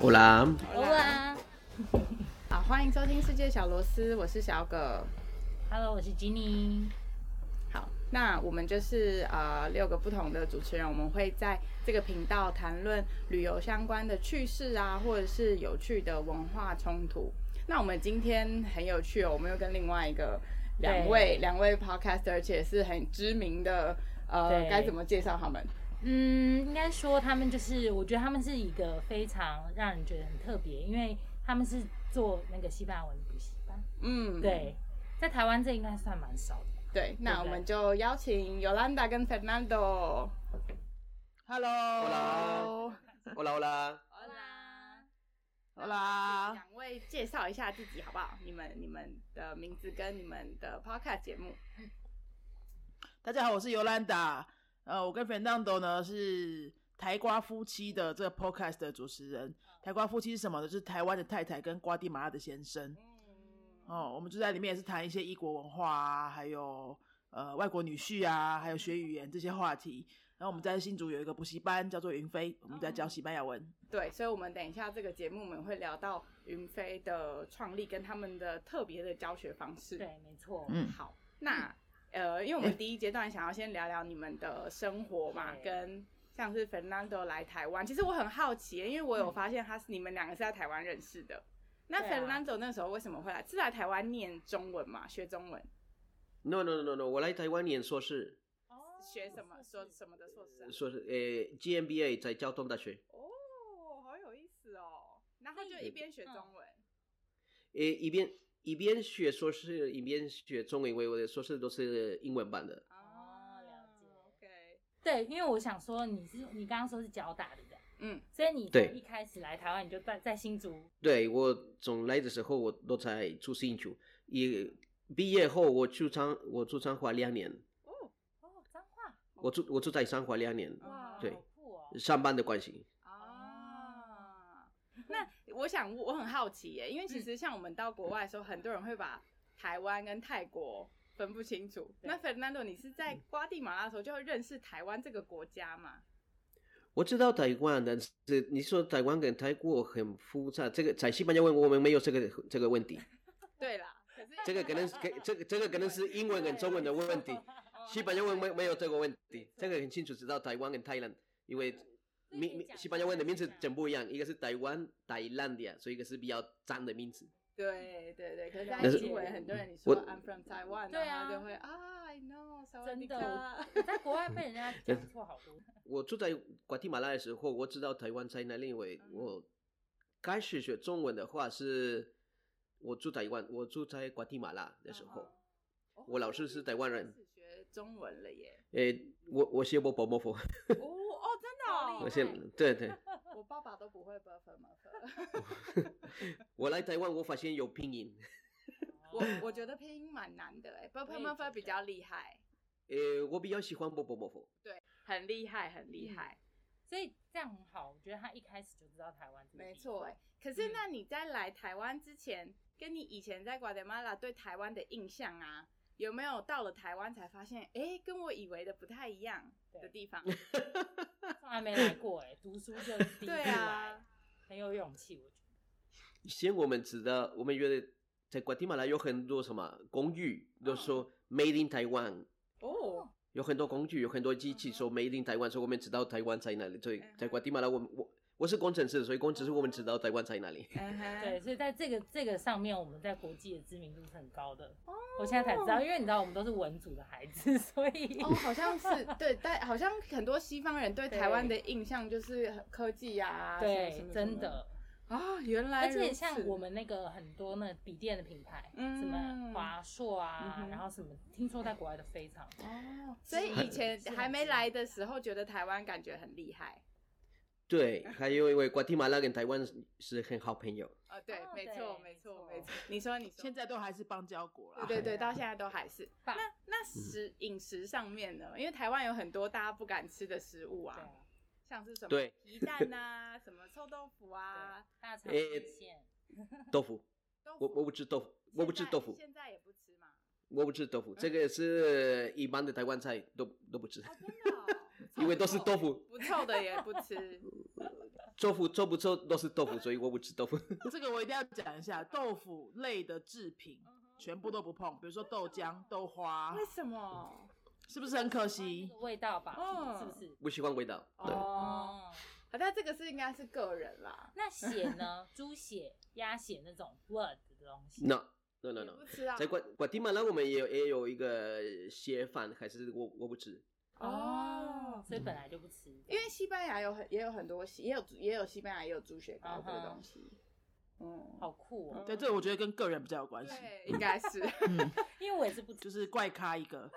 Hola，哇 好，欢迎收听《世界小螺丝》，我是小葛。 ，Hello，我是吉妮。好，那我们就是呃六个不同的主持人，我们会在这个频道谈论旅游相关的趣事啊，或者是有趣的文化冲突。那我们今天很有趣哦，我们又跟另外一个两位两位 podcaster，而且是很知名的，呃，对该怎么介绍他们？嗯，应该说他们就是，我觉得他们是一个非常让人觉得很特别，因为他们是做那个西班牙文补习班。嗯，对，在台湾这应该算蛮少的。对，那我对们就邀请 Yolanda 跟 Fernando。Hello，Hola， hola hola，两位介绍一下自己好不好？你们、你们的名字跟你们的 Podcast 节目。大家好，我是尤兰达。呃，我跟 Fernando 呢是台瓜夫妻的这个 podcast 的主持嗯人。台瓜夫妻是什么呢？就是台湾的太太跟瓜地马拉的先生。嗯嗯哦，我们就在里面也是谈一些异国文化啊，还有呃外国女婿啊，还有学语言这些话题。然后我们在新竹有一个补习班叫做云飞，嗯我们在教西班牙文。对，所以，我们等一下这个节目，我们会聊到云飞的创立跟他们的特别的教学方式。，对，没错。嗯好，那呃，因为我们第一阶段想要先聊聊你们的生活嘛， 对跟像是 Fernando 来台湾，其实我很好奇，因为我有发现他是、你们两个是在台湾认识的。那对啊 Fernando 那时候为什么会来？是来台湾念中文嘛，学中文， No no no no no，我来台湾念硕士，哦学什么说什么的硕士啊？硕士呃 GMBA 在交通大学，哦，好有意思哦。然后所就以一边学嗯中文，呃一边一边学硕士，一边学中文，因为我的硕士都是英文版的。啊哦了解 OK，对，因为我想说你是你刚刚说是交大对不对？嗯，所以你对从一开始来台湾你就在在新竹。对我从来的时候，我都在出兴趣，也毕业后我去彰我住彰化两年，哦，哦，彰化。我住我住在彰化两年，哇，对好酷哦。上班的关系。啊， 那我想我我很好奇耶，因为其嗯实像我们到国外的时候，很多人会把台湾跟泰国分不清楚。对那嗯 Fernando，你是在瓜地马拉的时候就会认识台湾这个国家嘛？我知道台湾，但是你说台湾跟泰国很复杂，这个在西班牙问我们没有这个这个问题，对啦，可是 这个可能是可这个这个可能是英文跟中文的问哦题，西班牙文没没有这个问题，这个很清楚知道台湾跟泰兰，因为名名西班牙文的名字全不一样，一个是台湾 Thailandia，所以一个是比较脏的名字。对对对，可是但在是英文很多人你我说 I'm from Taiwan，对啊然后就会啊 I know，萨瓦迪真卡的，我在国外被人家讲错好多。我住在瓜地马拉的时候，我知道台湾在哪里，因为我开始学中文的话是，我住台湾，我住在瓜地马拉的时候。哦我老师是台湾人开始学中文了耶！诶、我我学过薄膜佛，哦哦，真的我哦，先对对， 我爸爸都不会 buffer buffer。 我来台湾我发现有拼音，哦我我觉得拼音蛮难的哎、不过我也潘潘觉芬得比较厉害，诶、我比较喜欢薄薄膜佛，很厉害，很厉害，所以这样很好，我觉得他一开始就知道台湾这个没地错哎、方可是嗯那你在来台湾之前，跟你以前在瓜迪马拉对台湾的印象啊，有没有到了台湾才发现，哎、跟我以为的不太一样的地 方？从来没来过哎、读书就是第一次对来，啊，很有勇气，我觉得。先我们知道，我们觉得在瓜地马拉有很多什么工具，都啊说 Made in Taiwan，哦，有很多工具，有很多机器说 Made in Taiwan，所以我们知道台湾在哪里。所以嗯在瓜地马拉，我们我我是工程师，所以工程师我们知道台湾在哪里。嗯哼对，，所以在这个这个上面，我们在国际的知名度是很高的。哦我现在才知道，因为你知道我们都是文组的孩子， 所以、哦，好像是对，但好像很多西方人对对台湾的印象就是科技啊，什么对什么什么，真的。啊，原来而如此，且像我们那个很多那个笔电的品牌，嗯什么华硕啊，嗯哼然后什么，听说在国外都非常哦，所以以前还没来的时候，觉得台湾感觉很厉害。对，还有因为瓜地马拉跟台湾是很好朋友，哦，对哦，没对错，没没错，错没错。你说，你说，现在都还是邦交国啦。对对对，对啊到现在都还是。棒。那嗯食饮食上面呢？因为台湾有很多大家不敢吃的食物对啊，啊，像是什么对皮蛋啊，什么臭豆腐啊，大肠诶线，豆腐，豆腐我我不吃豆腐，我不吃现在嗯豆腐，现在也不吃嘛。我不吃豆腐，这个是一般的台湾菜啊 都都不吃， 哦，真的哦因为都是豆腐， 不臭的也不吃。豆腐臭不臭都是豆腐，所以我不吃豆腐。 这个我一定要讲一下，豆腐类的制品全部都不碰，比如说豆浆、豆啊花嗯为，什么？是不是很可那惜？个味道吧，嗯是不是？不喜欢味道，对，哦，哦，好在这个是应该是个人啦，那血呢？ 猪血、鸭血那种 blood 的东西 no no no 也 no，不吃啊在瓜瓜地马拉我们也有也有一个血饭，还是我我不吃，哦。所以本来就不吃。因为西班牙有很也有很多西，也有也有西班牙也有猪血糕这嗯个哼东西，嗯，好酷哦！对，这个我觉得跟个人比较有关系，对，应该 是嗯因为我也是不吃，就是怪咖一个。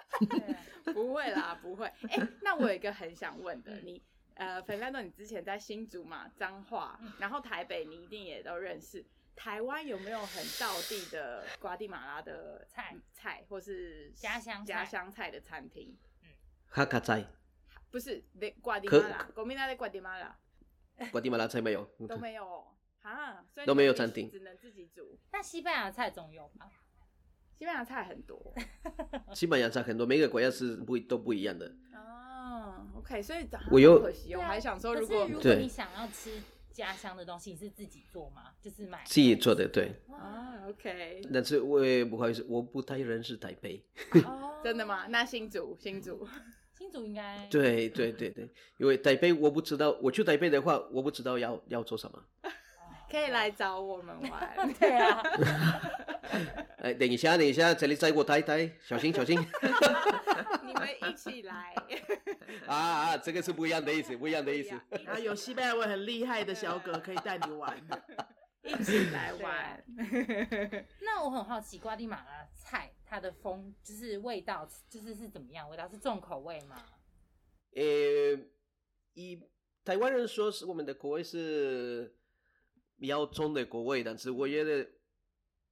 对不会啦，不会。哎、那我有一个很想问嗯的，你呃，粉兰豆，你之前在新竹嘛，彰化，嗯然后台北你一定也都认识。台湾有没有很道地的瓜地马拉的菜嗯菜，或是家乡菜家乡菜的餐厅？哈卡 菜，不是，那瓜地可马拉，国民党的瓜地马拉瓜地马拉菜没有，嗯都没有哦啊，所以都你没有必须餐厅只能自己煮。那西班牙菜总有吧？西班牙菜很 多西班牙菜很多，每个国家是不都不一样 的。哦，OK，所以我有好可惜哦，我对啊还想说，可如是果如果对你想要吃家乡的东西，你是自己做吗？就是买自己做的对， 哇啊，OK，但是我也不好意思，我不太认识台北。 哦嗯真的？吗？那新竹，新竹。新竹应该对对对对，因为台北我不知道，我去台北的话，我不知道要要做什么。可以来找我们 玩。 对啊，哎，等一下，等一下，这里在我呆呆，小心小 心。你们一起来， 啊啊，这个是不一样的意思，不一样的意思。然啊后有西班牙文很厉害的小葛可以带你玩，一起来玩。啊那我很好奇，瓜地马拉菜它的风就是味道，就是是怎么样？味道是重口味吗？呃，以台湾人说是我们的口味是比较重的口味，但是我觉得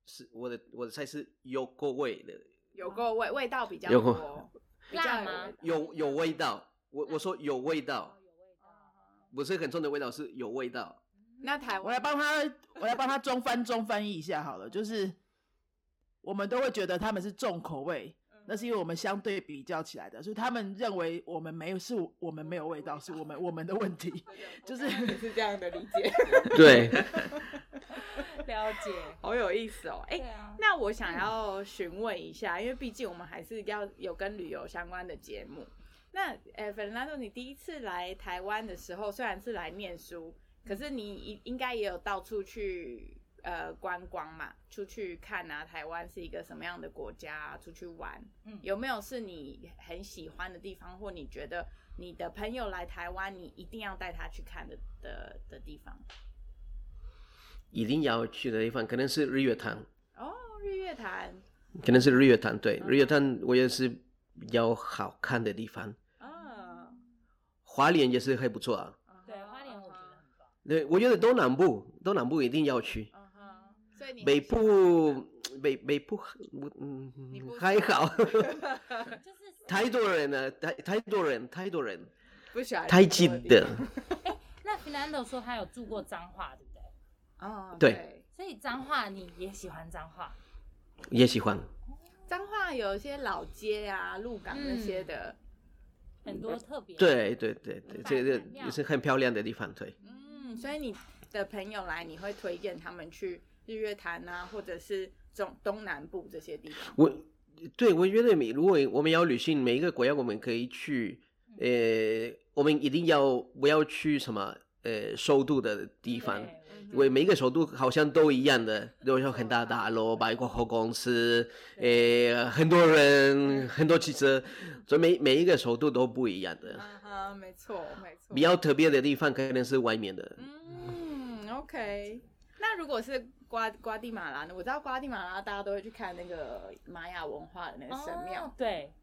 是我的我的菜是有口味的，有够味，味道比较有够多，比较辣有吗味？道有有味道。我我说有味道哦，有味道。不是很重的味道，是有味道。那台 我湾来帮他，我来帮他中翻中翻译一下好了，就是我们都会觉得他们是重口味，嗯那是因为我们相对比较起来的，所以他们认为我们没有是我们没有味道，是我们我们的问题， 就是也 是这样的理 解，对，了解。好有意思哦。哎、对啊，那我想要询问一下，因为毕竟我们还是要有跟旅游相关的节目。那呃，粉兰豆，你第一次来台湾的时候，虽然是来念书，可是你应应该也有到处去呃观光嘛，出去看啊，台湾是一个什么样的国家、啊，出去玩，嗯有没有是你很喜欢的地方，或你觉得你的朋友来台湾，你一定要带他去看的的的地方？ 一定要去的地方可能是日月潭，哦，日月潭，可能是日月潭。对，嗯日月潭我也是比较好看的地方，啊、华联也是还不错啊。嗯对花莲我觉得很棒。对，我觉得东南部，东南部一定要去。嗯哼，所以你北很喜欢部，北北部，我嗯你不还好， 就是太多人啊了，太太多人，太多人，不喜欢太挤的。那 Fernando 说他有住过彰化，对不对？哦，对对，所以彰化你也喜欢彰化，也喜欢。彰化有一些老街啊、鹿港那些的，很多特别。对对对对，明白这个很妙也是很漂亮的地方。对，嗯，所以你的朋友来，你会推荐他们去日月潭啊，或者是中东南部这些地方。我对我觉得每如果我们要旅行，每一个国家我们可以去，呃，我们一定要不要去什么呃首都的地方。对嗯因为每一个首都好像都一样的，都有很大大楼，百货公司，呃，很多人，很多汽车，所以每每一个首都都不一样的。啊哈，没错，没错比。较特别的地方可能是外面的，嗯，OK。那如果是瓜瓜地马拉呢？我知道瓜地马拉大家都会去看那个玛雅文化的那个哦神庙，对，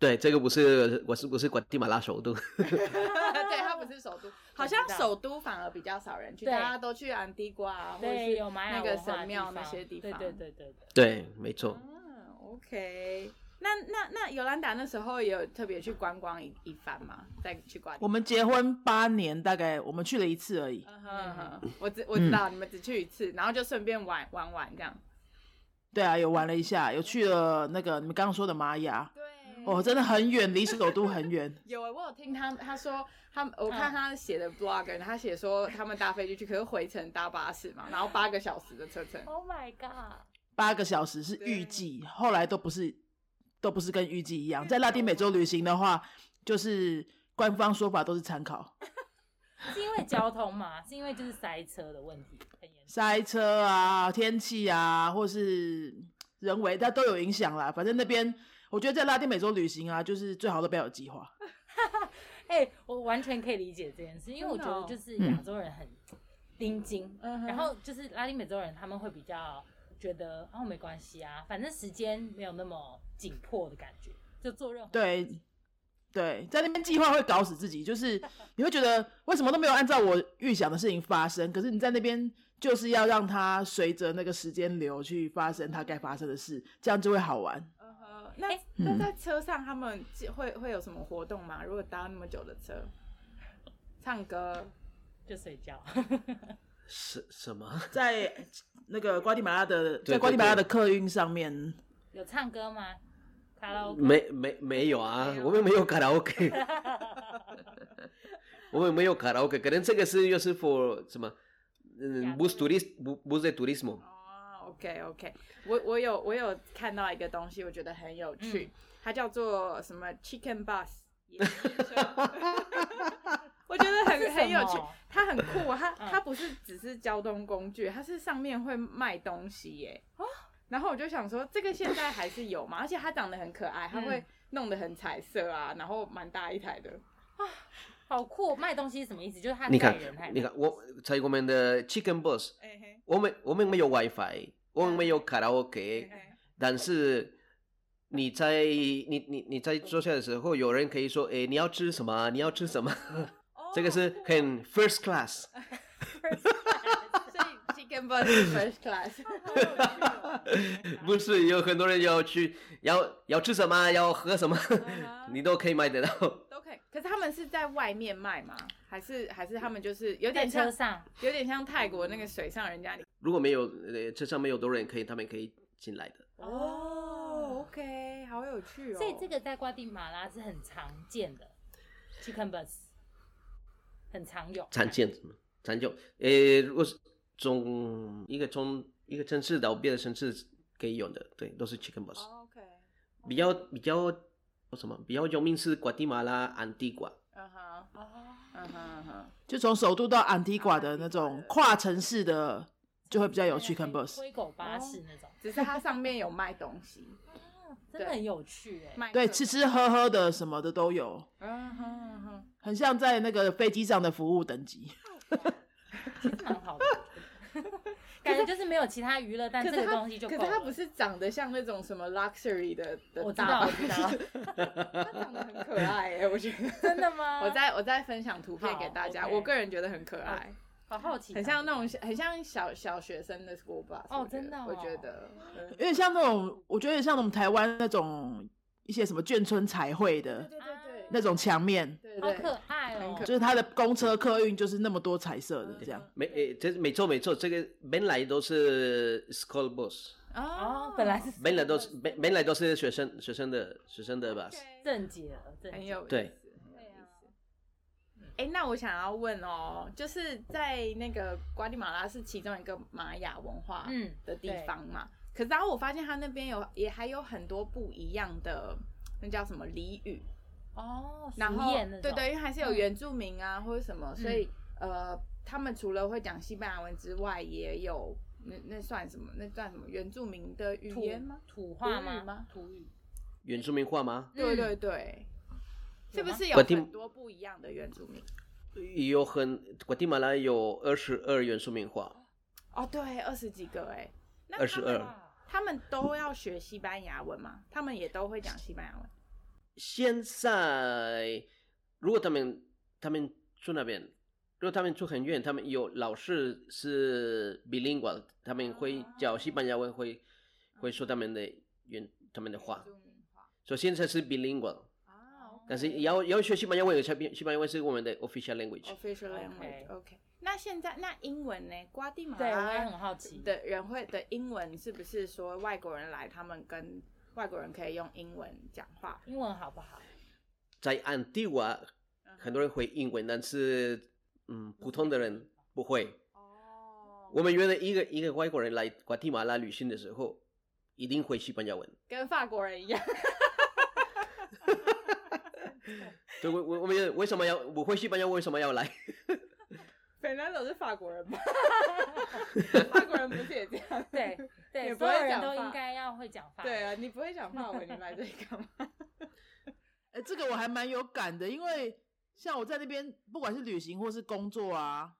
对，这个不是我是不是瓜地马拉首都？ 对，它不是首都，好像知道首都反而比较少人去，对大家都去安地瓜啊，或者对是有玛雅那个文化的神庙那方些地方对对对对对。对，没错。嗯，OK。那那那尤兰达那时候也有特别去观光一一番吗？再去观我们结婚八年，大概我们去了一次而已。嗯哼嗯哼我知我知嗯道、你们只去一次，然后就顺便玩玩玩这样。对啊，有玩了一下，有去了那个你们刚刚说的玛雅。对哦，真的很远，离首都很远。 有哎、我有听他他说他们，嗯我看他写的 blog，他写说他们搭飞机去，可是回程搭巴士嘛，然后八个小时的车程。 Oh my god！八个小时是预计，后来都不是，都不是跟预计一样。在拉丁美洲旅行的话，就是官方说法都是参考，是因为交通嘛？是因为就是塞车的问题很严重。塞车啊、天气啊，或是人为，它都有影响啦。反正那边，我觉得在拉丁美洲旅行啊，就是最好都不要有计划。哎、我完全可以理解这件事，因为我觉得就是嗯亚洲人很盯紧，嗯哼然后就是拉丁美洲人他们会比较觉得哦没关系啊，反正时间没有那么紧迫的感觉，就做任何对，对，在那边计划会搞死自己，就是你会觉得为什么都没有按照我预想的事情发生，可是你在那边就是要让它随着那个时间流去发生它该发生的事，这样就会好玩。嗯哼，那哎那嗯在车上他们会会有什么活动吗？如果搭那么久的车，唱歌，就睡 觉。什什么？在那个瓜地马拉的，对在瓜地马拉对的客运上面，有唱歌吗？Hello，没没没有啊没，有我们没有卡拉 OK，我们没有卡拉 OK，可能这个是又是 for 什么？亚嗯洲，bus turist bus de turismo，哦，OK OK，我我有我有看到一个东西，我觉得很有趣，嗯它叫做什么 Chicken Bus，野 鸡车我觉得是很很有什趣么，它很酷啊，它嗯它不是只是交通工具，它是上面会卖东西耶。哦然后我就想说，这个现在还是有嘛，而且它长得很可爱，嗯它会弄得很彩色啊，然后蛮大一台的。好酷！卖东西是什么意思？就是他你载看人还，你看，我在我们的 Chicken Bus，哎嘿，我们我们没有 WiFi，我们没有卡拉 OK，但是你在你你你在坐下的时候，有人可以说，诶，你要吃什么？啊你要吃什么？ 哦这个是很 first class，所以 Chicken Bus 是 First Class。不是有很多人要去要要吃什么，啊要喝什么，哼 你都可以买得到。 都可以。可是他们是在外面卖吗？还是还是他们就是有在点像车上，有点像泰国那个水上人家里？如果没有呃车上没有多人，可以他们可以进来的。哦，OK，好有趣哦所以这个在瓜地马拉是很常见的，Chicken Bus 很常有，常见什么？常见，呃，如果是从一个从一个城市到别的城市可以用的，对，都是 chicken bus。哦 OK，比较比较什么？比较有名是瓜地马拉、安地瓜。嗯哼，哦，嗯哼嗯哼，就从首都到安提瓜的那种跨城市的，就会比较有 Chicken Bus。灰狗巴士那种，只是它上面有卖东西，真的很有趣哎、卖对，吃吃喝喝的什么的都有，嗯哼嗯哼，很像在那个飞机上的服务等级。 其实蛮好 的，感觉就是没有其他娱乐，但可这是个它东西就可够是它了。不是长得像那种什么 luxury 的我的知道，大我巴，知道，它长得很可爱耶，我觉得。真的吗？我再我再分享图片给大家，啊好，OK 我个人觉得很可爱。好好奇，很像那种小很像小小学生的 school bus 哦我觉得真的哦我觉得，嗯有点像那种，我觉得像我们台湾那种一些什么眷村彩绘的对对那种墙面，啊对好对可爱哦、很可就是它的公车客运就是那么多彩色的这样。没，诶，呃这没错没错，这个本来都是 school bus，哦，本来是本来都是本本来都是学生学生的学生的 bus。正解了，正很解有意思，对很有意啊思。哎、那我想要问哦，就是在那个瓜地马拉是其中一个玛雅文化嗯的地方嘛，可是然后我发现它那边有也还有很多不一样的，那叫什么俚语，哦，然熟后宴那对种对，因为还是有嗯原住民啊、或者什么，所以呃，他们除了会讲西班牙文之外，也有那那算什么？那算什么原住民的语土言吗？土话土语吗吗？土语，原住民话吗？对嗯对对，是有不吗是有我听很多不一样的原住民？有很瓜地马拉有二十二原住民话，哦，对，二十几个哎，那他二十们二。他们都要学西班牙文吗？他们也都会讲西班牙文。现在如果他们他们住那边，如果他们住很远，他们有老师是 bilingual，他们会教西班牙文，会会说他们的原他们的话原。住民话所以现在是 bilingual，啊，OK，但是要要学西班牙文，西班西班牙文是我们的 official language。 official OK language OK。那现在那英文呢？瓜地马对，我也拉很好奇。的人会的英文是不是说外国人来，他们跟外国人可以用英文讲话。英文好不 好？在 Antigua 很多人会英文，但是嗯，普通的人不会。哦我们约了一个一个外国人来瓜地马拉旅行的时候，一定会西班牙文。跟法国人一 样。对，我我我们约为什么要我会西班牙，为什么要来？ Fernando 是法国人 吗？法国人不是也这样？对也对，不所会有人讲都法应该要会讲法。对，啊，你不会讲法文，你来这里干 嘛？哎、这个我还蛮有感的，因为像我在那边，不管是旅行或是工作啊，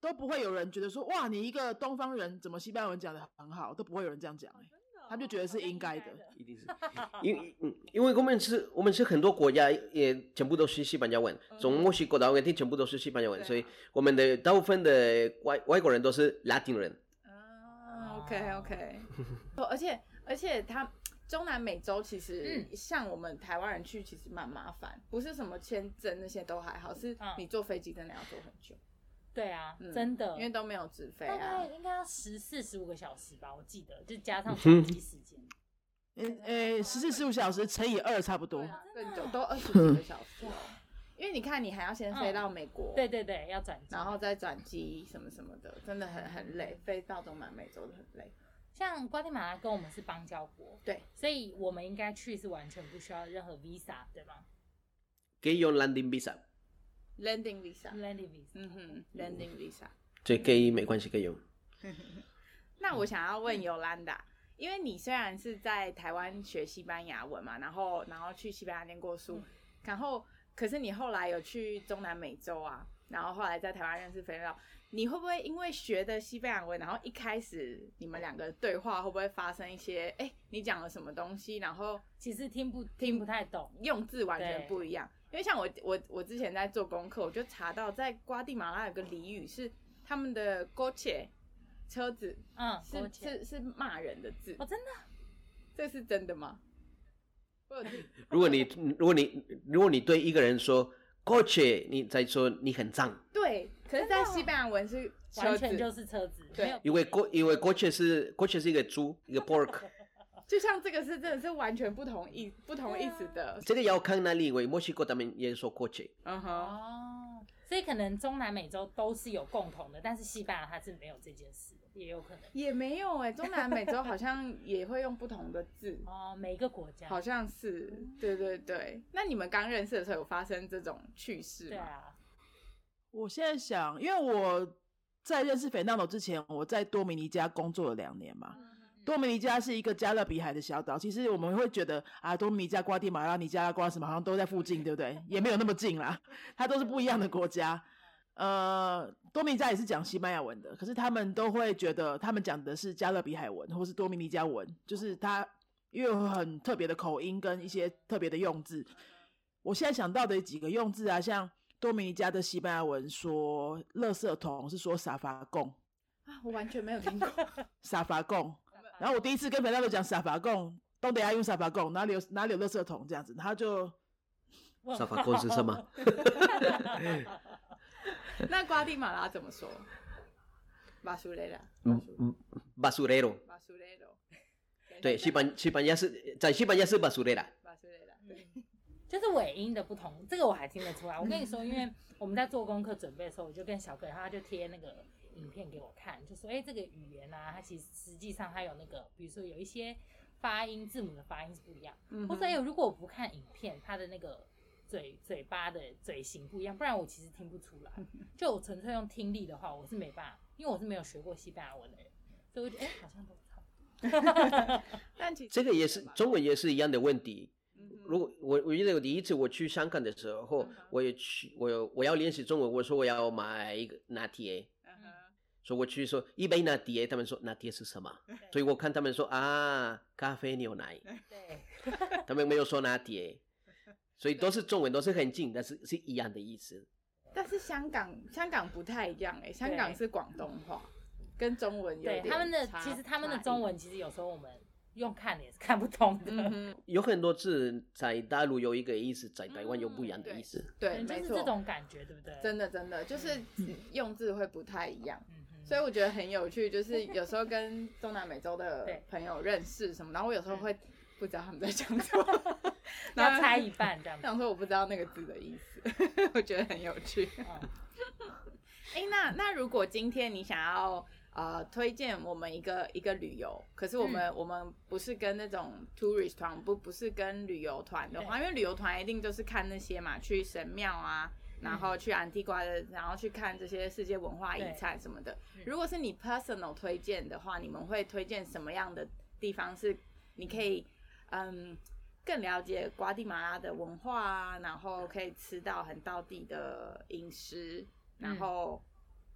都不会有人觉得说哇，你一个东方人怎么西班牙文讲的很好，都不会有人这样讲、哎，他就觉得是应该的。 一定是， 因为嗯因为我们是，我们是很多国家也全部都是西班牙文，从墨西哥到阿根廷全部都是西班牙文，对啊所以我们的大部分的外外国人都是拉丁人。哦啊，OK OK，而且而且他中南美洲其实嗯像我们台湾人去其实蛮麻烦，不是什么签证那些都还好，是嗯你坐飞机真的要坐很久，对啊嗯，真的，因为都没有直飞大啊概。应该要十四十五个小时吧，我记得，就加上嗯转哼机时 间。嗯、呃，十四十五小时乘以二差不多。对啊，更久都二十几个小时哦。 嗯因为你看，你还要先飞到美国，对，对对，要转机。然后再转机什么什么的，真的很很累，飞到中南美洲的很累。像瓜地马拉跟我们是邦交国，对，所以我们应该去是完全不需要任何 visa，对吗 Que yo landing visa， Landing visa， ？Landing visa。嗯哼，Landing visa。所以 que 没关系，que yo。那我想要问尤兰达，因为你虽然是在台湾学西班牙文嘛，然后然后去西班牙念过书，然后可是你后来有去中南美洲啊，然后后来在台湾认识肥料，你会不会因为学的西班牙文，然后一开始你们两个对话会不会发生一些，哎、你讲了什么东西，然后其实听不听不太懂，用字完全对不一样。因为像我我我之前在做功课，我就查到在瓜地马拉有个俚语是他们的 g o c h 车子嗯，是勾芡是是骂人的字哦，，真的，这是真的吗？我有听 如果你如果你如果你对一个人说 coche，你在说你很脏，对，可是，在西班牙文是车完子，全就是车子，对没有因为 co 因为 coche 是 coche 是一个猪一个 pork，就像这个是真的是完全不同意不同意思的，啊这个要看哪里，因为墨西哥他们也说 coche。嗯哼，哦，所以可能中南美洲都是有共同的，但是西班牙它是没有这件事，也有可能也没有哎、中南美洲好像也会用不同的字， 哦，每一个国家好像是，对对对。那你们刚认识的时候有发生这种趣事对吗？啊，我现在想，因为我在认识 Fernando 之前，我在多米尼加工作了两年嘛。多米尼加是一个加勒比海的小岛，其实我们会觉得啊，多米尼加、瓜地马拉、尼加拉瓜什么好像都在附近，对不对？也没有那么近啦，它都是不一样的国家。呃，多米尼加也是讲西班牙文的，可是他们都会觉得他们讲的是加勒比海文或是多米尼加文，就是它因为有很特别的口音跟一些特别的用字。我现在想到的几个用字啊，像多米尼加的西班牙文说“垃圾桶”是说“沙发贡啊，我完全没有听过，”，沙发贡。然后我第一次跟朋友讲沙发贡，东德亚用沙发贡，哪里有哪里有垃圾桶这样子，他就问沙发公是什 么？那瓜地马拉怎么说？巴苏雷拉，嗯嗯，basurero。巴苏雷罗，对，西班西班牙是在西班牙是 basurera。巴苏雷拉，嗯就是尾音的不同，这个我还听得出来。我跟你说，嗯因为我们在做功课准备的时候，我就跟小哥他就贴那个影片给我看，就说：“哎、这个语言啊，它其实实际上它有那个，比如说有一些发音字母的发音是不一样，嗯或哼者哎、如果我不看影片，它的那个嘴嘴巴的嘴型不一样，不然我其实听不 出来。就我纯粹用听力的话，我是没办法，因为我是没有学过西班牙文的人，所以我觉得哎、好像都差不多。但其实这个也是中文也是一样的问题。嗯哼如果我我记得我第一次我去香港的时候，我也去我有我要练习中文，我说我要买一个拿铁，嗯哼所以我去说一杯拿铁，他们说拿铁是什么？所以我看他们说啊咖啡牛奶，对，他们没有说拿 铁，所以都是中文都是很近，但是是一样的意思。但是香港香港不太一样哎、香港啊是广东话，跟中文有对点他们的差其实他们的差异中文其实有时候我们用看的也是看不懂的。 嗯哼，有很多字在大陆有一个意思，在台湾有不一样的嗯意思。对，就没是这错，种感觉，对不对？嗯真的真的就是用字会不太一样。嗯哼，所以我觉得很有趣，就是 有时候跟中南美洲的对朋友认识什么，然后我有时候会不知道他们在讲什么，然 要后猜一半这 样子。想说我不知道那个字的意思， 我觉得很有趣。嗯哎、那那如果今天你想要呃推荐我们一个一个旅游，可是我们、嗯我们不是跟那种 tourist 团，不不是跟旅游团的话，因为旅游团一定就是看那些嘛，去神庙啊，然后去安地瓜的，然后去看这些世界文化遗产什么的嗯对嗯。如果是你 personal 推荐的话，你们会推荐什么样的地方是你可以嗯？更了解瓜地马拉的文化啊，然后可以吃到很道地的饮食，然嗯后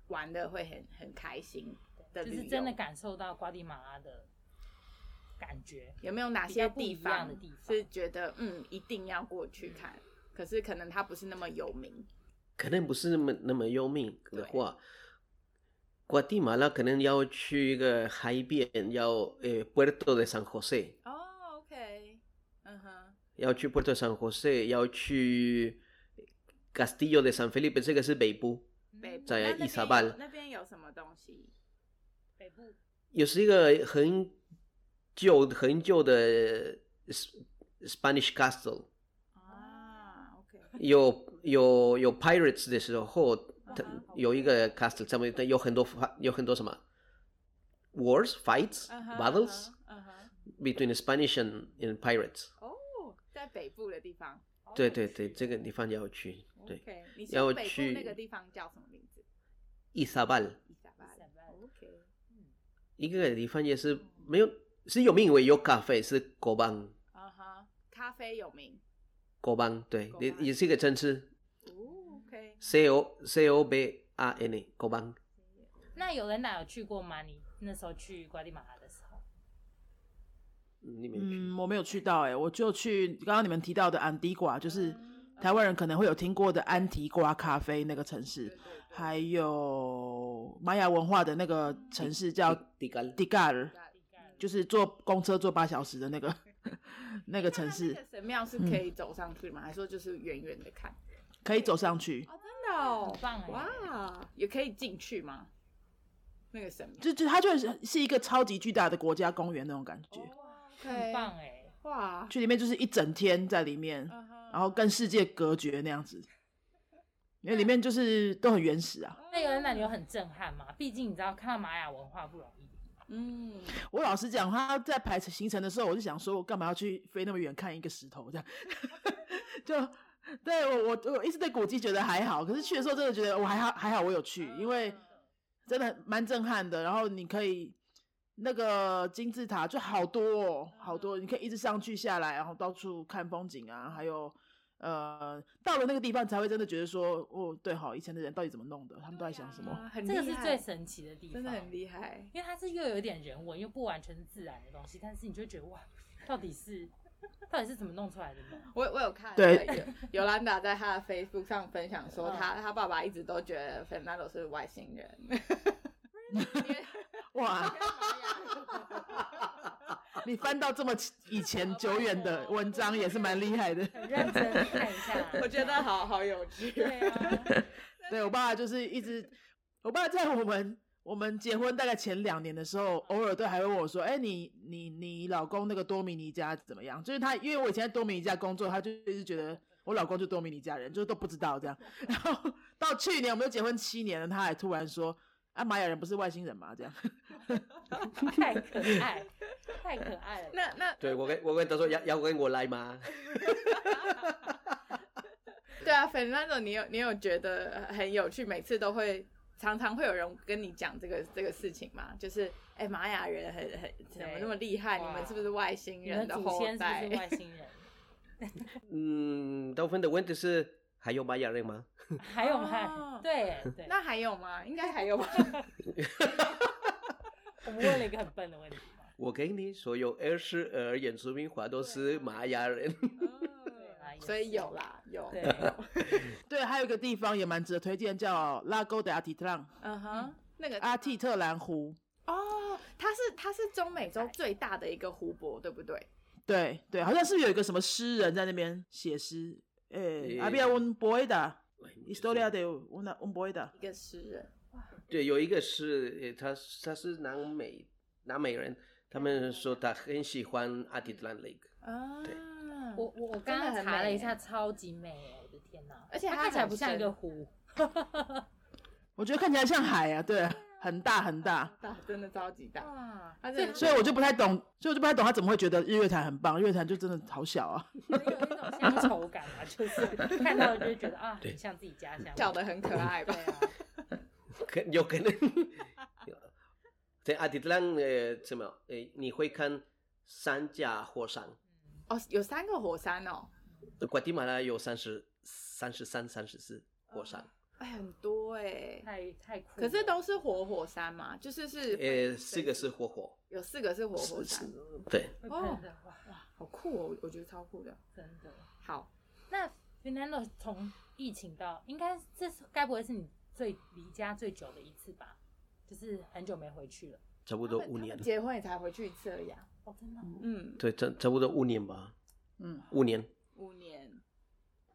玩的会很很开心的就旅是游真的感受到瓜地马拉的感觉。有没有哪比些较不地一样方嗯的地方是觉得嗯一定要过去看？可是可能它不是那么有名，可能不是那么那么优密的话，瓜地马拉可能要去一个海边，要呃 Puerto de San José，哦，OK，嗯哼，要去 Puerto de San José，要去 Castillo de San Felipe，这个是北部，北嗯部在那那边 Isabel 有那边有什么东西？北部也是一个很旧很旧的 S- Spanish castle，啊，OK，有有有 pirates 的时候，它嗯哼有一个 castle 上面有很多有很多什么 wars fights 嗯哼 battles。，嗯哼嗯 between Spanish and, and pirates。哼，哦，在北部的地方，哦对对对，这个地方要去。对 OK，你要说北部去那个地方叫什么名字？伊萨巴尔伊莎巴 Isabel ，OK，一个地方也是没有是有名以为有咖啡，是国邦啊哈，咖啡有名，国邦，对，也 Cobán 也是一个城市哦，OK， ，C O C O B A N 国邦。那有人哪有去过吗？你那时候去瓜地马拉的时候，你没有去？嗯，我没有去到哎、我就去刚刚你们提到的安迪瓜，就是台湾人可能会有听过的安提瓜咖啡那个城市，还有玛雅文化的那个城市叫迪卡迪嘎尔，就是坐公车坐八小时的那个 那个城市啊嗯那，个神庙是可以走上去吗？还是说就是远远的看？可以走上去。哦，真的哦很棒哎哇，也可以进去吗？那个神庙就就它就是是一个超级巨大的国家公园那种感觉，哦哦很很棒哎、哇，去里面就是一整天在里面，嗯哼然后跟世界隔绝那样 子，因为里面就是都很原始啊。哦那有人哪里有很震撼吗？毕竟你知道，看到玛雅文化不容易。嗯，我老实讲，他在排行程的时候，我就想说，我干嘛要去飞那么远看一个石头这样？ 就对我我我一直对古迹觉得还好，可是去的时候真的觉得我还好还好我有去，因为真的蛮震撼的。然后你可以那个金字塔就好多、哦、好多，你可以一直上去下来，然后到处看风景啊，还有。呃，到了那个地方才会真的觉得说，哦，对好，以前的人到底怎么弄的？他们都在想什么？哇很这个厉是害最神奇的地方，真的很厉害。因为它是又有一点人文，又不完全是自然的东西，但是你就会觉得哇，到底是到底是怎么弄出来的 呢？我我有看，对有， 尤兰达在他的 Facebook 上分享说嗯他，他爸爸一直都觉得 Fernando 是外星人，哇，你翻到这么以前久远的文章也是蛮厉害的。很认真看一下， 我觉得好好有趣哦。对啊，对我爸爸就是一直，我爸在我们我们结婚大概前两年的时候，偶尔都还会问我说：“哎、你你你老公那个多米尼加怎么样？”就是他，因为我以前在多米尼加工作，他就一直觉得我老公就多米尼加人，就是都不知道这样。然后到去年我们就结婚七年了，他还突然说：“啊，玛雅人不是外星人吗？”这样。 太可爱，太可爱了。 那那对我跟我跟他说要要跟我来吗？对啊，Fernando，你有你有觉得很有趣，每次都会常常会有人跟你讲这个这个事情嘛，就是哎，玛雅人很很怎么那么厉害？你哇们是不是外星你的人祖后先是代不是？外星人？嗯，大部分的问题是还有玛雅人吗？还有哦吗？对对， 那还有吗？应该还有吧。我们问了一个很笨的问题嘛。我给你所有二十二原住民话都是玛雅人。 对啊，也所以是有。啦，有。对，对，还有一个地方也蛮值得推荐，叫拉勾的阿提特朗 嗯哼，那个阿蒂特兰湖。哦，它是它是中美洲最大的一个湖泊，对不对？对对，好像是有一个什么诗人在那边写诗，诶诶、había un poeta historia de una un poeta，一个诗人，哇，对，有一个是，呃他是他是南美南美人，他们说他很喜欢阿迪兰 lake，啊，对嗯我我我刚刚查了一下，超级美耶，我的天哪！而且它它看起来很不像一深个湖，我觉得看起来像海啊，对，很大很大，大真的超级大，哇，它啊所以真的所以我就不太懂，所以我就不太懂他怎么会觉得日月潭很棒，日月潭就真的好小啊。很有一种乡愁感 啊， 就是看到就觉得啊，对嗯很像自己家乡。叫的很可爱吧对？啊，可有可能在阿迪兰呃怎么呃你会看三架火山， 哦，有三个火山哦，嗯瓜地马拉有三十三十三三十四火山，哎，很多哎。太太酷可了。是都是活火山嘛，就是是呃四个是火火，有四个是活火是山，对，会喷的哇，哇，好酷哦！我我觉得超酷的。真的。好，那 Fernando 从疫情到应该这是该不会是你最离家最久的一次吧？就是很久没回去了。差不他多们五他年们，结婚也才回去一次而已啊。哦，真的哦、嗯，对，差差不多五年吧，嗯，五年。五年。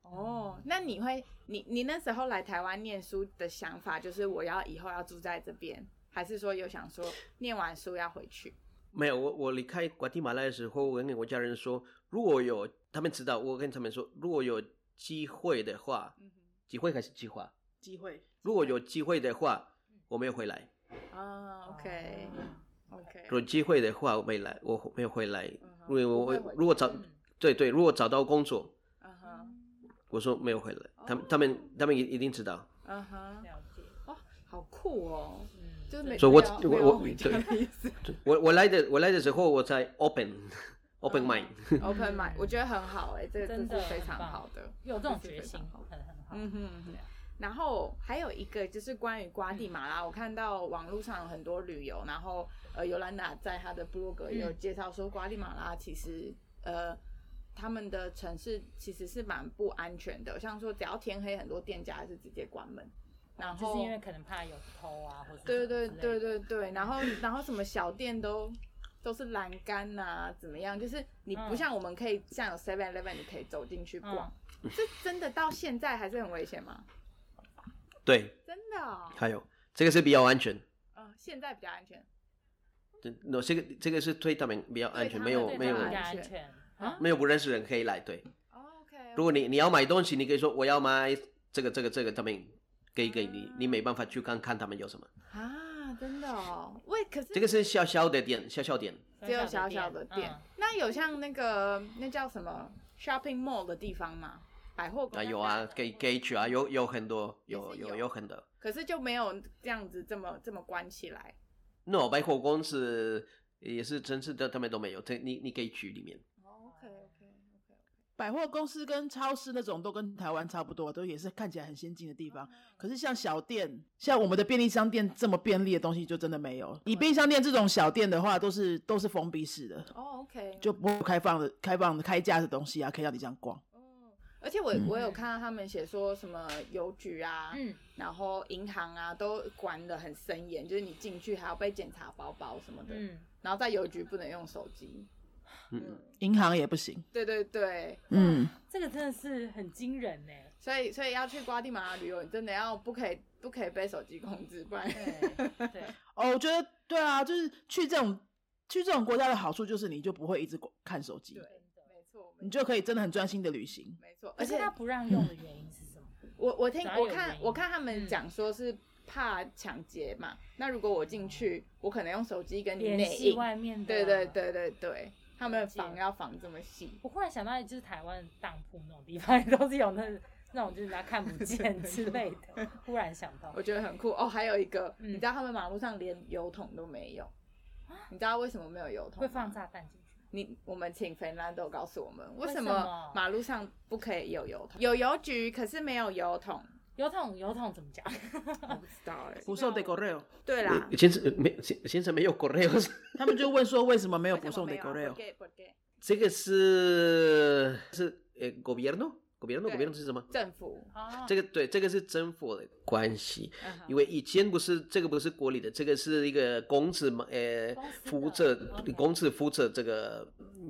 哦，那你会，你你那时候来台湾念书的想法就是我要以后要住在这边，还是说有想说念完书要回去？没有，我我离开瓜地马拉的时候，我跟我家人说，如果有他们知道，我跟他们说，如果有机会的话，嗯机会还是计划，机会如果有机会的话，我没有回来；哼，哦啊，OK 嗯 OK，嗯有机会的话，我没来，我没有回来，哼因为我哦不会回如果找嗯对对，如果找到工作，嗯哼，我说没有回来，他们他哦们他们一一定知道，嗯哼，了解，哦，好酷哦，嗯，就是每所以我没有我没有我回家 的意 思。对我我来的我来的时候，我才 open open 嗯 mind， Open mind，我觉得很好哎、这个真的这是非常很棒好的。有这种决非心，常好很很好。嗯哼哼对啊然后还有一个就是关于瓜地马拉，我看到网络上有很多旅游，然后呃，尤兰达在他的部落格也有介绍说，瓜地马拉其实呃，他们的城市其实是蛮不安全的，像说只要天黑，很多店家是直接关门，嗯然就后是因为可能怕有偷啊，或者对对什么之类对的，对对，然后然后什么小店都都是栏杆呐、怎么样？就是你不嗯嗯像我们可以、像有 Seven Eleven，你可以走进去逛，这真的到现在还是很危险吗？ 对，真的、哦，还有这个是比较安全。嗯、现在比较安全。对，那这个这个是对他们比较安全，对没他有们没对有这们样比较安安全全啊啊。没有不认识人可以来。对，哦 OK，如果你你要买东西，你可以说我要买这个这个这个，他们给给你，你没办法去看看他们有什么。啊，真的哦，喂，可是这个是小小的点，小小点，只有小小的店，嗯那有像那个那叫什么 shopping mall 的地方吗？百货公啊司有啊，给给去啊，有有很多，有也是有有有很多。可是就没有这样子这么这么关起来。 no 百货公司也是城市的，他们都没有。这你你可以去里面，哦 OK OK OK，百货公司跟超市那种都跟台湾差不多，都也是看起来很先进的地方。可是像小店，像我们的便利商店这么便利的东西，就真的没有。以便利商店这种小店的话，都是都是封闭式的，哦 OK，就不会有开放的、开放的开价的东西啊，可以让你这样逛。嗯哦而且我嗯我有看到他们写说什么邮局啊，嗯，然后银行啊都管得很森严，就是你进去还要被检查包包什么的，嗯，然后在邮局不能用手机。嗯，银行也不行，对对对，嗯，这个真的是很惊人呢。所以所以要去瓜地马拉旅游，你真的要不可以不可以被手机控制，不然对对，哦，我觉得对啊，就是去这种去这种国家的好处就是你就不会一直看手机 对，没错你就可以真的很专心的旅行。没错，而而且且他不让用的原因是什么？我我听只要有我看原因我看他们嗯讲说是怕抢劫嘛，那如果我进去，我可能用手机跟你嗯联嗯内系应，外面的，对对。对对对，他们了解防要防这么细，我忽然想到，就是台湾当铺那种地方， 都是有那那种就是人家看不 见之类的。忽然想到我，觉得很酷哦。还有一个，嗯啊你知道他们马路上连油桶都没有，你知道为什么没有油桶吗？会放炸弹进去。你我们请 Fernando 告诉我们，为为什什么么马路上不可以有油桶？有邮局，可是没有油 桶，油桶油桶怎么 讲？我不知道哎、不受 de correo，对啦，呃先生没先先生没有 correos，他们就问说为什么没有为不什么送没 de 有啊 correo？ ？Por qué? Por qué? 这个是是呃 gobierno gobierno 对 gobierno 是什么？政府，哦，这个对，这个是政府的关系。嗯啊哼因为以前不是这个不是国里的，这个是一个公司嘛，呃公司，的负责 OK 公司负责这个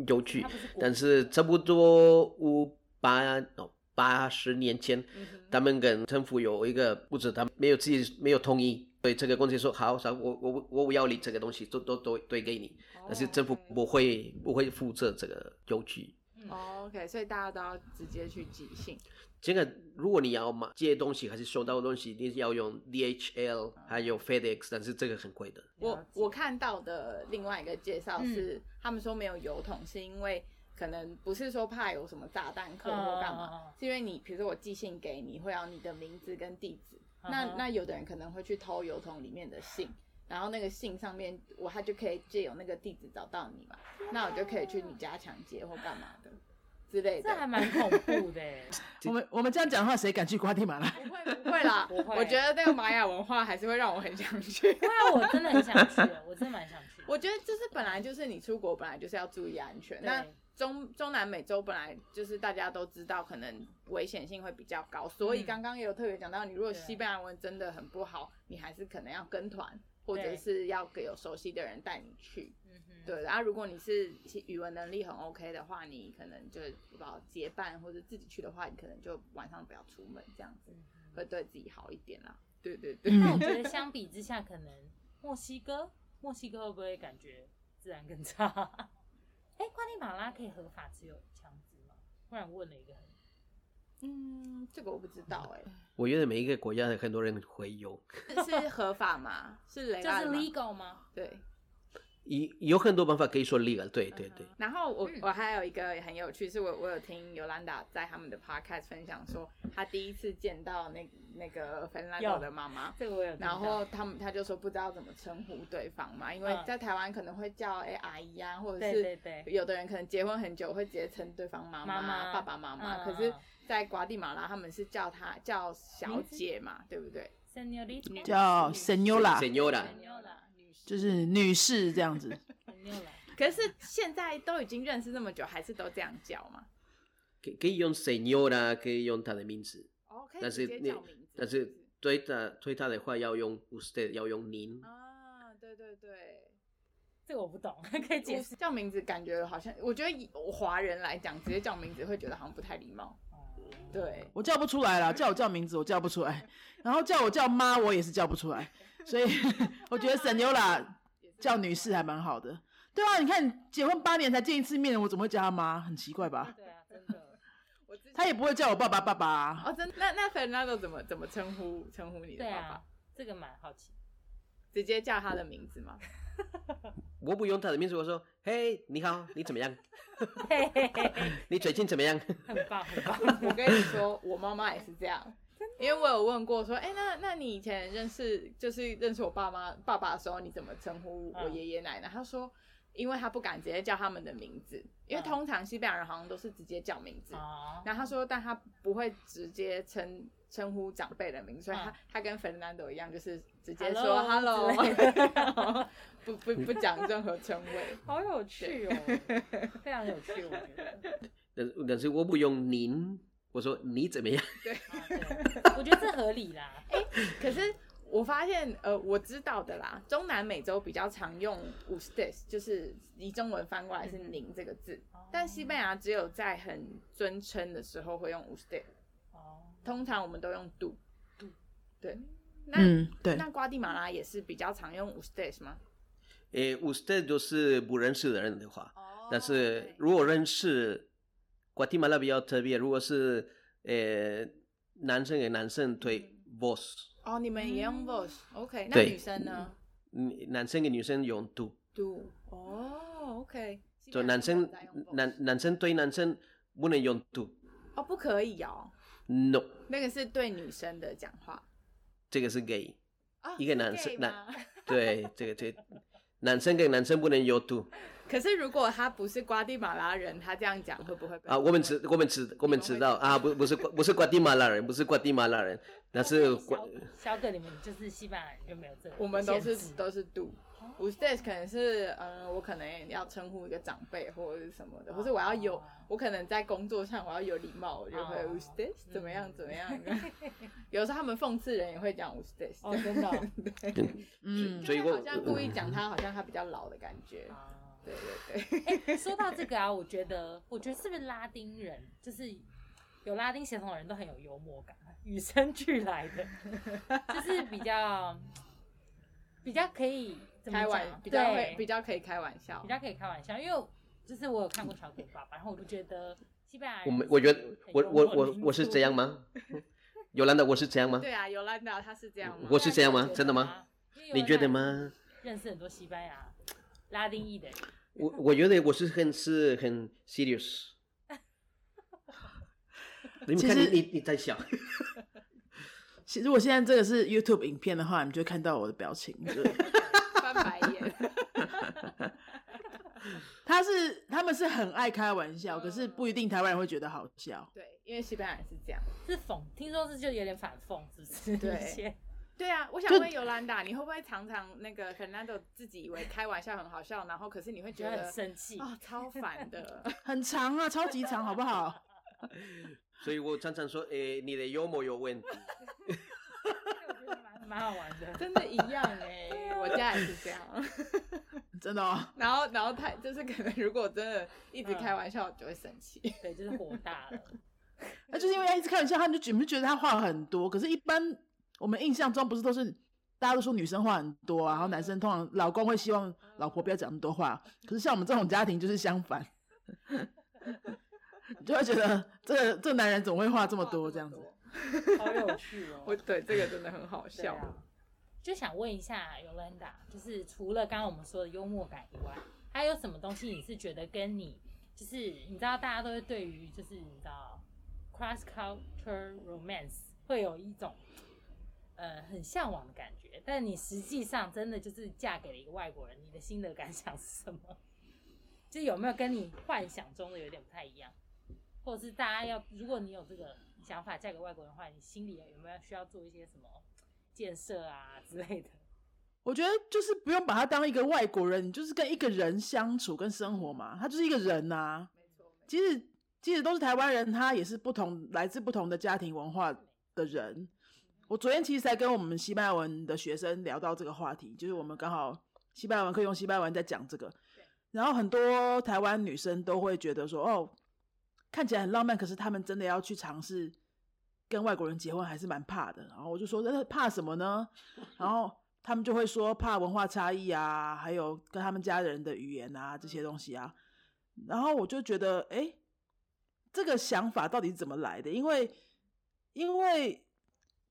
邮局它不是，国但是差不多五八哦八十年前，嗯哼他们跟政府有一个不止，他们没有自己没有统一，所以这个公司说好，啥我我我不要你这个东西，都都都都给你，哦但是政府不会不会负责这个邮局。哦 OK，所以大家都要直接去寄信。这个如果你要买这些东西还是收到东西，你要用 DHL 还有 FedEx，但是这个很贵的。我了解我看到的另外一个介绍嗯是，他们说没有邮筒，是因为可能不是说怕有什么炸嗯弹客或干嘛，嘛？是因为你比如说我寄信给你，会要你的名字跟地址。嗯那哼那有的人可能会去偷邮筒里面的信，然后那个信上面我他就可以借由那个地址找到你嘛，那我就可以去你家抢劫或干嘛的之类这还的。蛮恐怖的耶，我们我们这样讲的话，谁敢去瓜地马拉？ 不会不会啦， 不会我觉得那个玛雅文化还是会让我很想去。 对啊，我真的很想去，我真的蛮想去。我觉得就是本来就是你出国本来就是要注意安全，那对中中南美洲本来就是大家都知道，可能危险性会比较高，所以嗯刚刚也有特别讲到，你如果对西班牙文真的很不好，你还是可能要跟团，或者对是要给有熟悉的人带你去。嗯哼，对，然、后如果你是其语文能力很 OK 的话，你可能就不知道结伴或者自己去的话，你可能就晚上不要出门这样子，嗯哼会对自己好一点啦。对对对，那我嗯，觉得相比之下，可能墨西哥，墨西哥会不会感觉治安更差？ 哎、瓜地马拉可以合法持有枪支吗？忽然问了一个很，嗯，这个我不知道哎、我觉得每一个国家的很多人会有，是是合法吗？是雷就拉是的吗？ legal 吗？对。有有很多办法可以说 legal，对对嗯哼对。然后我、嗯我还有一个很有趣，是我我有听尤兰达在他们的 podcast 分享说，他第一次见到那那个芬兰豆的妈妈，这个我有听到。然后他们他就说不知道怎么称呼对方嘛，因为嗯在台湾可能会叫哎、阿姨啊，或者对对是对，有的人可能结婚很久会直接称对方妈妈妈爸爸妈妈，嗯可是，在瓜地马拉他们是叫她叫小名字姐嘛，对不对？嗯，señorita，叫 Senora， Señora，就是女士这样子。 señora，señora，可是现在都已经认识那么久，还是都这样叫嘛？可可以用 señora，可以用她的名字，哦，可以但是直接你叫名字，但是是不是对她对她的话要用 usted，要用您。哦啊，对对对，这个我不懂，可以解我释。叫名字感觉好像，我觉得以华人来讲，直接叫名字会觉得好像不太礼貌。对，我叫不出来了，叫我叫名字我叫不出来，然后叫我叫妈我也是叫不出来，所以 我觉得沈优啦叫女士还啊蛮好的。对啊，你看结婚八年才见一次面，我怎么会叫她妈？很奇怪嗯吧？对啊，真的，我之前她也不会叫我爸爸爸爸啊、哦，真那那 Fernando 怎么怎么称呼称呼你的对爸爸？啊，这个蛮好奇。直接叫他的名字吗？我不用她的名字，我说嘿，你好，你怎么样？ 嘿嘿嘿嘿，你最近怎么样？很棒，很棒。 我跟你说，我妈妈也是这样。因为我有问过说，哎、那那你以前认识就是认识我爸妈爸爸的时候，你怎么称呼我嗯爷爷奶奶？他说，因为他不敢直接叫他们的名字，因为嗯通常西班牙人好像都是直接叫名字。哦，然后他说，但他不会直接称称呼长辈的名字，所以他、嗯他跟 Fernando 一样，就是直接说 Hello “hello”， 之类的然后不不不讲任何称谓。好有趣 哦，非常有趣，我觉得。但但是我不用您，我说你怎么样？啊对我觉得这合理啦。可是我发现，呃，我知道的啦，中南美洲比较常用 “ustes”，就是以中文翻过来是“您”这个字，但西班牙只有在很尊称的时候会用 “ustes”，哦，通常我们都用 “do”。对，那、嗯，对，那瓜地马拉也是比较常用 “ustes” 吗？诶，usted 就是不认识的人的话，哦但是如果认识，瓜地马拉比较特别，如果是呃男生给男生对嗯 boss，哦，你们也用 voice，OK？、那对女生呢嗯男生给女生用 do， ？do 哦，OK。就男生男男生对男生不能用 do，no，哦，不可以哦，那个是对女生的讲话。这个是 gay，哦一个是男生 gay 男吗对，这个这个男生跟男生不能有 do 可是如果他不是瓜地马拉人，他这样讲会不会被啊，我们知我们知我们知道啊，不不是不是瓜地马拉人，不是瓜地马拉人，但是瓜小小葛，你们就是西班牙人就没有这个限制，我们都是都是 do。Ustedes 可能是，嗯，我可能要称呼一个长辈或者是什么的，或者我要有哦，我可能在工作上我要有礼貌，我就会哦 Ustedes 怎么样嗯怎么样。 有时候他们讽刺人也会讲 Ustedes，哦，真的哦。嗯，所以就是我好像故意讲他，好像他比较老的感觉。 哦对对对，哎，说到这个啊，我觉得，我觉得是不是拉丁人就是有拉丁血统的人都很有幽默感，与生俱来的，就是比较比较可以怎么开讲玩，比较会对比较可以开玩笑比。较可以开玩笑，因为就是我有看过小鬼爸爸，然后我就觉得西班牙人我们我觉得我我我我是这样吗？吗？尤兰达，我是这样吗？对啊，尤兰达他是这样吗？我是这样吗真的吗？啊你觉得？因为吗？我认识很多西班牙拉丁裔的人，我我觉得我是很是很 serious。你们看你其实你你在笑，其如果现在这个是 YouTube 影片的话，你们就会看到我的表情。 就是翻白眼，他是他们是很爱开玩笑，可是不一定台湾人会觉得好笑。对，因为西班牙人是这样。是讽，听说是就有点反讽，是不是？对一些对啊，我想就问尤兰达，你会不会常常那个 Fernando 自己以为开玩笑很好笑，然后可是你会觉 觉得很得 生气。哦超烦的， 很长啊，超级长，好不好？所以我常常说，诶、你的幽默有问题。我觉得蛮蛮好玩的，真的一样哎、我家也是这样。真的哦。然后然后他就是可能如果真的一直开玩笑，我就会生气。对，就是火大了。那就是因为他一直开玩笑，他们就觉你们觉得他话很多，可是，一般我们印象中不是都是大家都说女生话很多啊，然后男生通常老公会希望老婆不要讲那么多话，可是像我们这种家庭就是相反， 你就会觉得这个这个男人怎么会话这么多这样子？好有趣哦！我对这个真的很好对笑。啊，就想问一下 Yolanda，就是除了刚刚我们说的幽默感以外，还有什么东西你是觉得跟你，就是你知道大家都会对于就是你知道 cross culture romance 会有一种呃很向往的感觉，但你实际上真的就是嫁给了一个外国人，你的心得感想是什么？ 就有没有跟你幻想中的有点不太一样，或者是大家要，如果你有这个想法嫁给外国人的话，你心里有没有需要做一些什么建设啊 之类的？我觉得就是不用把他当一个外国人，你就是跟一个人相处跟生活嘛，他就是一个人呐、即使即使都是台湾人，他也是不同来自不同的家庭文化的人。我昨天其实才跟我们西班牙文的学生聊到这个话题，就是我们刚好西班牙文课用西班牙文在讲这个，然后很多台湾女生都会觉得说，哦，看起来很浪漫，可是他们真的要去尝试跟外国人结婚，还是蛮怕的。然后我就说，那怕什么呢？然后他们就会说怕文化差异啊，还有跟他们家人的语言啊这些东西啊。然后我就觉得，哎、这个想法到底是怎么来的？因为，因为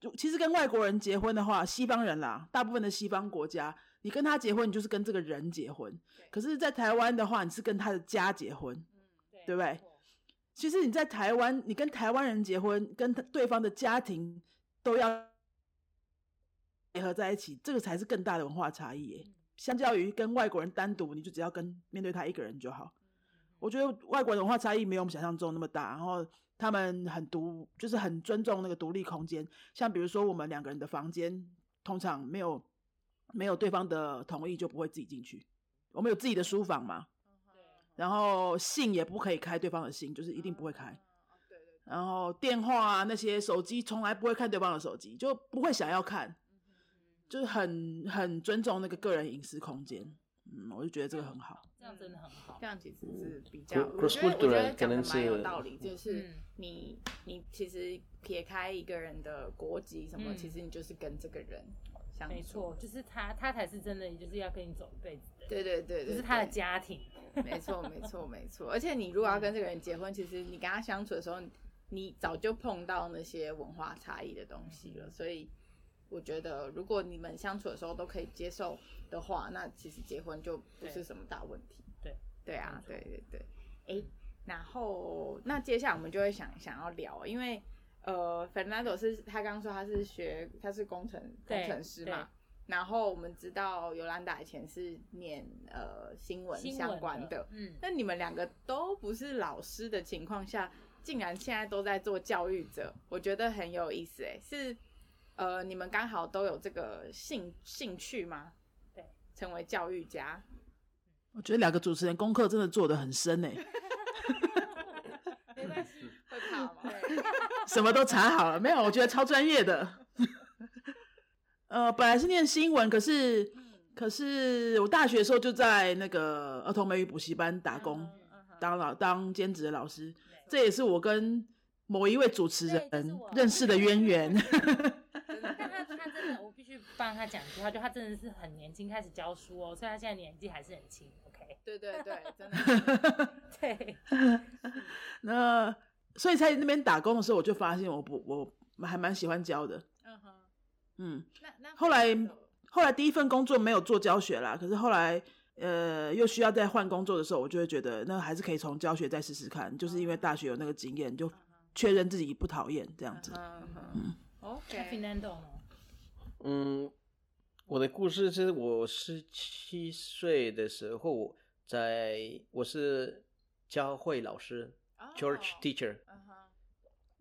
就其实跟外国人结婚的话，西方人啦，大部分的西方国家，你跟他结婚，你就是跟这个人结婚。可是，在台湾的话，你是跟他的家结婚。嗯对不对没错其实你在台湾，你跟台湾人结婚，跟他对方的家庭都要结合在一起，这个才是更大的文化差异耶。相较于跟外国人单独，你就只要跟面对他一个人就嗯好。我觉得外国人文化差异没有我们想象中那么大，然后他们很独，就是很尊重那个独立空间。像比如说我们两个人的房间，通常没有没有对方的同意就不会自己进去。我们有自己的书房嘛，然后信也不可以开对方的信，就是一定不会开。然后电话啊那些手机从来不会看对方的手机，就不会想要看，嗯就是很很尊重那个个人隐私空间。嗯，我就觉得这个很好。这样真的很好嗯这。样其实是比较， Cro- 我觉得我觉 cross-cultural 得可讲的能蛮有是道理，就是嗯你你其实撇开一个人的国籍什么，嗯其实你就是跟这个人相处。没错，就是他，他才是真的，就是要跟你走一辈子的，对对对对，这是他的对家庭。没错，没错，没错。而且你如果要跟这个人结婚，其实你跟他相处的时候，你早就碰到那些文化差异的东西嗯了。所以我觉得，如果你们相处的时候都可以接受的话，那其实结婚就不是什么大问题。对，对啊，没对对对。诶，然后那接下来我们就会想想要聊，因为呃，Fernando 是他刚刚说他是学他是工程对工程师对嘛。然后我们知道尤兰达以前是念呃新闻新相闻关的，嗯，那你们两个都不是老师的情况下，竟然现在都在做教育者，我觉得很有意思哎、是呃，你们刚好都有这个兴兴趣吗？对，成为教育家，我觉得两个主持人功课真的做得很深欸诶、没关系，会怕吗？ 嗯什么都查好了没有？我觉得超专业的。呃，本来是念新闻，可是嗯可是我大学的时候就在那个嗯儿童美语补习班打工。当老当兼职的老师，这也是我跟某一位主持对这是人我认识的渊源。但他他真 的，我必须帮他讲一句话，就他真的是很年轻开始教书哦，所以他现在年纪还是很轻。OK，对对对，真 的。对，那所以在那边打工的时候，我就发现我不我还蛮喜欢教的，嗯哼，嗯。那那后来后来第一份工作没有做教学啦，可是后来呃又需要再换工作的时候，我就会觉得那还是可以从教学再试试看，就是因为大学有那个经验，就确认自己不讨厌这样子。嗯哼那 OK， Fernando 呢？嗯，我的故事是我十七岁的时候在，我是教会老师、c 哦 h u r c h teacher），嗯哼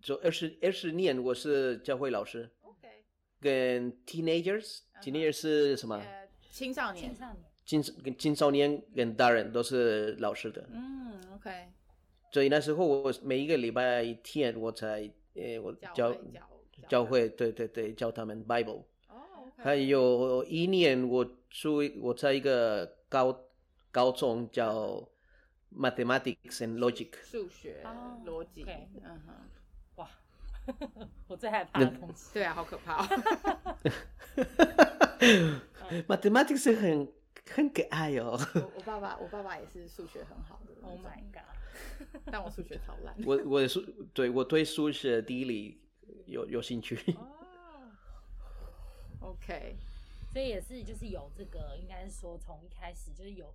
就二十二十年我是教会老师， ，OK，跟 teenagers，teenagers、是什么？呃，青少年青，少年，青跟青少年跟大人都是老师的，嗯，OK，所以那时候我每一个礼拜天我才呃我教教会教教会对对对教他们 Bible。哦，OK，还有一年我住我在一个高高中叫 Mathematics and Logic，数学哦逻辑 OK，嗯哼，哇，我最害怕的东西。对啊，好可怕哦。 Mathematics 是很很可爱哦。 我我爸爸，我爸爸也是数学很好的那 Oh 种 my god！但我数学超烂。 我我的数对我对数学地理有有兴趣。 哦，OK，所以也是就是有这个，应该是说从一开始就是有，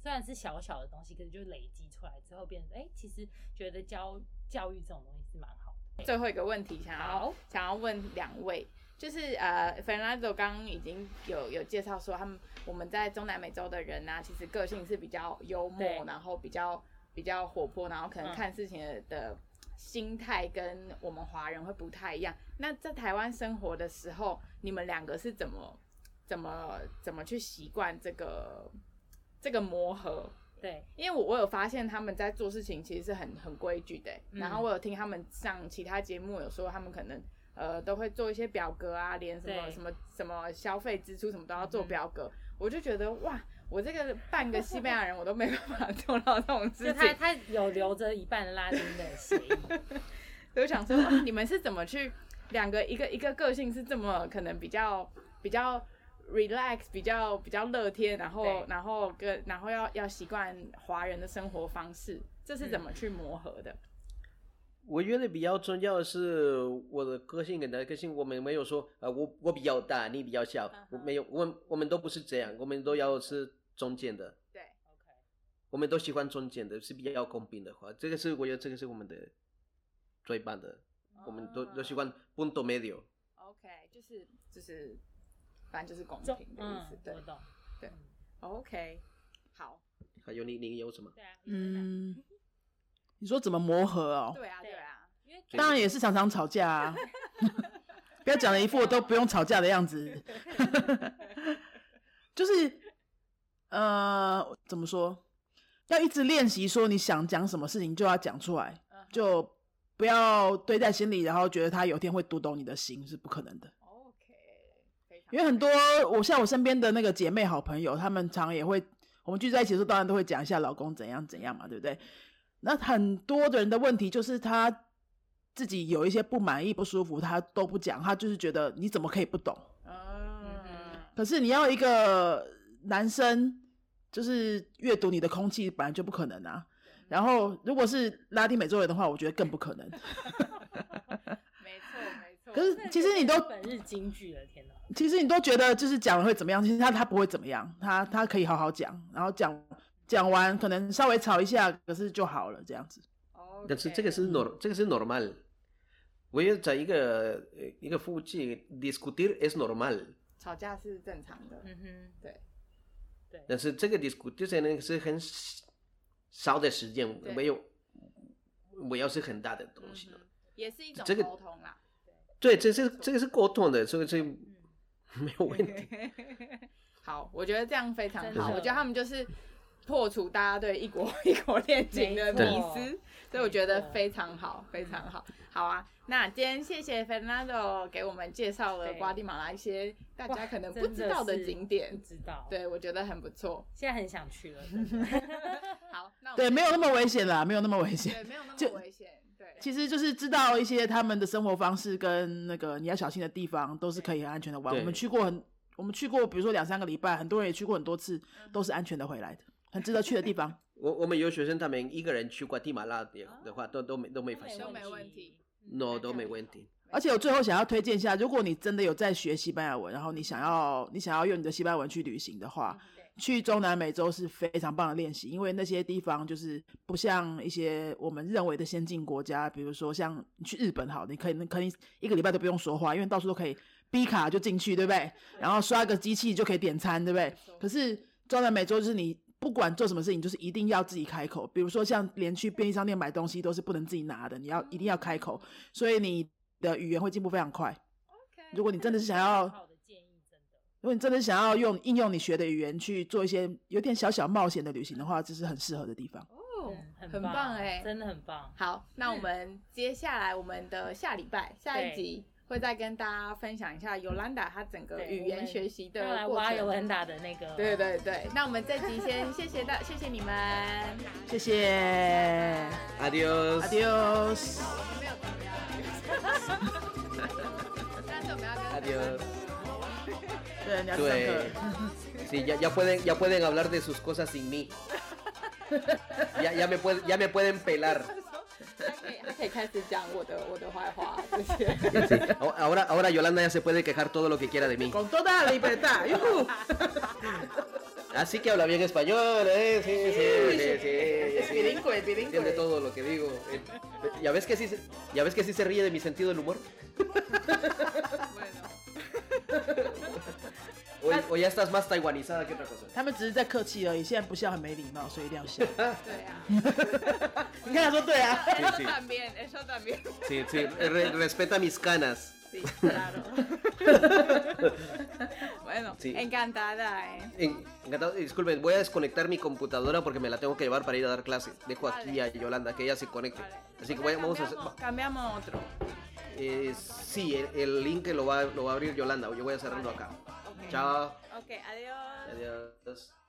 虽然是小小的东西，可是就累积出来之后变成，哎、其实觉得教教育这种东西是蛮好的。最后一个问题想要好想要问两位，就是呃，Fernando 刚刚已经有有介绍说，他们我们在中南美洲的人啊，其实个性是比较幽默，对然后比较比较活泼，然后可能嗯看事情的。的心态跟我们华人会不太一样。那在台湾生活的时候，你们两个是怎么怎么怎么去习惯这个这个磨合？对，因为我我有发现他们在做事情其实是很很规矩的欸、嗯然后我有听他们上其他节目有说他们可能呃都会做一些表格啊，连什么对嗯什么什么消费支出什么都要做表格，我就觉得哇，我这个半个西班牙人我都没办法 做到这种就事他情，他有留着一半拉丁的协 议，所以我想说、哇你们是怎么去两个一个一个个性是这么可能比较比较 relax 比较比较乐天，然后对然后跟然后要要习惯华人的生活方式，这是嗯怎么去磨合的？ 我觉得比较重要的是我的个性跟他的个性，我们没有说呃我我比较大，你比较小哼我没有，我们我们都不是这样，我们都要是中间的。对。我们都喜欢中间的，是比较公平的话，这个是我觉得这个是我们的最棒的，我们都 Ah. 都喜欢 punto medio。哦 OK，就是就是，反正就是公中平的意嗯思。，对我懂。对 OK，好，还有你你有什么？对啊，嗯，嗯，你说怎么磨合哦？对啊，对对啊，因为对当然也是常常吵架啊，不要讲了一副都不用吵架的样子，就是呃，怎么说？要一直练习说你想讲什么事情就要讲出来，就不要堆在心里，然后觉得他有一天会读懂你的心是不可能的。 OK，非常因为很多我像我身边的那个姐妹好朋友，她们常也会，我们聚在一起的时候，当然都会讲一下老公怎样怎样嘛，对不对？那很多的人的问题就是她自己有一些不满意、不舒服，她都不讲，她就是觉得你怎么可以不懂？嗯可是你要一个男生，就是阅读你的空气，本来就不可能啊。然后如果是拉丁美洲人的话，我觉得更不可能。没错没错。可是其实你都本日京剧了，天哪！其实你都觉得就是讲了会怎么样，其实他他不会怎么样，他他可以好好讲，然后讲讲完可能稍微吵一下，可是就好了这样子。 OK，但是这个是 nor 这个是 normal。我觉得在一个呃一个夫妻 eh, discutir es normal，吵架是正常的，嗯哼，对但是这个 discutir 才能是很少的时间对，没有我要是很大的东西。嗯哼也是一种这个沟通啦。对，这是这个是沟通的，所以这个 没有问题。 好，我觉得这样非常真的好。我觉得他们就是破除大家对异国 异国恋情的没迷错思，所以我觉没得错非常好，非常好。好啊，那今天谢谢 Fernando 给我们介绍了对瓜地马拉一些大家哇可能不真知道的是景不点，知道。，对我觉得很不错。现在很想去 了，真的好，那我对，们没有那么危险啦，没有那么危对险。没有那么就危险，对，其其实就是知道一些他们的生活方式跟那个你要小心的地方，都是可以很安全的玩。对我们去过很，我们去过，比如说两三个礼拜，很多人也去过很多次，都是安全的回来的，很值得去的 地方。我我们有学生他们一个人去瓜地马拉的的话，都都没都没发现都没问题，no 都没问题。而且我最后想要推荐一下，如果你真的有在学西班牙文，然后你想要你想要用你的西班牙文去旅行的话，嗯去中南美洲是非常棒的练习，因为那些地方就是不像一些我们认为的先进国家，比如说像你去日本好，你可以可以一个礼拜都不用说话，因为到处都可以 B 卡就进去，对不对？然后刷个机器就可以点餐，对不对？可是中南美洲就是你不管做什么事情，就是一定要自己开口，比如说像连去便利商店买东西都是不能自己拿的，你要一定要开口，所以你的语言会进步非常快。如果你真的是想要好的建议，真的如果你真的想要用应用你学的语言去做一些有点小小冒险的旅行的话，这是很适合的地方。哦嗯，很棒棒哎。真的很棒。好，那我们接下来我们的下礼拜下一集会再跟大家分享一下尤兰达她整个对语我言们学习要来的过挖尤程。恩达的那个，对对对，那我们这集先谢谢大，谢谢你们。谢谢 Adios。 ，Adios。我们没有停掉，但是我们要跟 Adiós. 对，你要去上课对。Sí, eh, ya, ya, pueden, ya pueden hablar de sus cosas sin mí. Ya, ya, me, pueden, ya me pueden pelar. 啊 他可 以，他可以开始讲我的我的坏话，谢谢。 Sí, a- Ahora, ahora Yolanda ya se puede quejar todo lo que quiera de mí. Con toda la libertad, yujú. Así que habla bien español, ¿eh? Sí, sí, Es sí, sí, sí. bilingüe, es Entiende bilingüe. todo lo que digo. Eh, ¿Ya ves que sí, se- ya ves que sí se ríe de mi sentido del humor? Hoy, hoy ya estás más taiwanizada que otra cosa. 他们只是在客气而已，现在不笑很没礼貌，所以一定要笑。对啊，你看他说对啊， Sí, sí, también, eso también. sí, sí. Re- respeta mis canas. Sí, claro. bueno, Sí. encantada, ¿eh? En- encantado. Eh, Disculpen, voy a desconectar mi computadora porque me la tengo que llevar para ir a dar clase. Dejo aquí a Yolanda que ella se conecte. Vale. Así que voy- vamos a hacer. Cambiamos- Cambiamos otro. eh, sí, el, el link lo va, lo va a abrir Yolanda. Yo voy a cerrarlo acá. Ok. Chao. Ok, adiós. Adiós.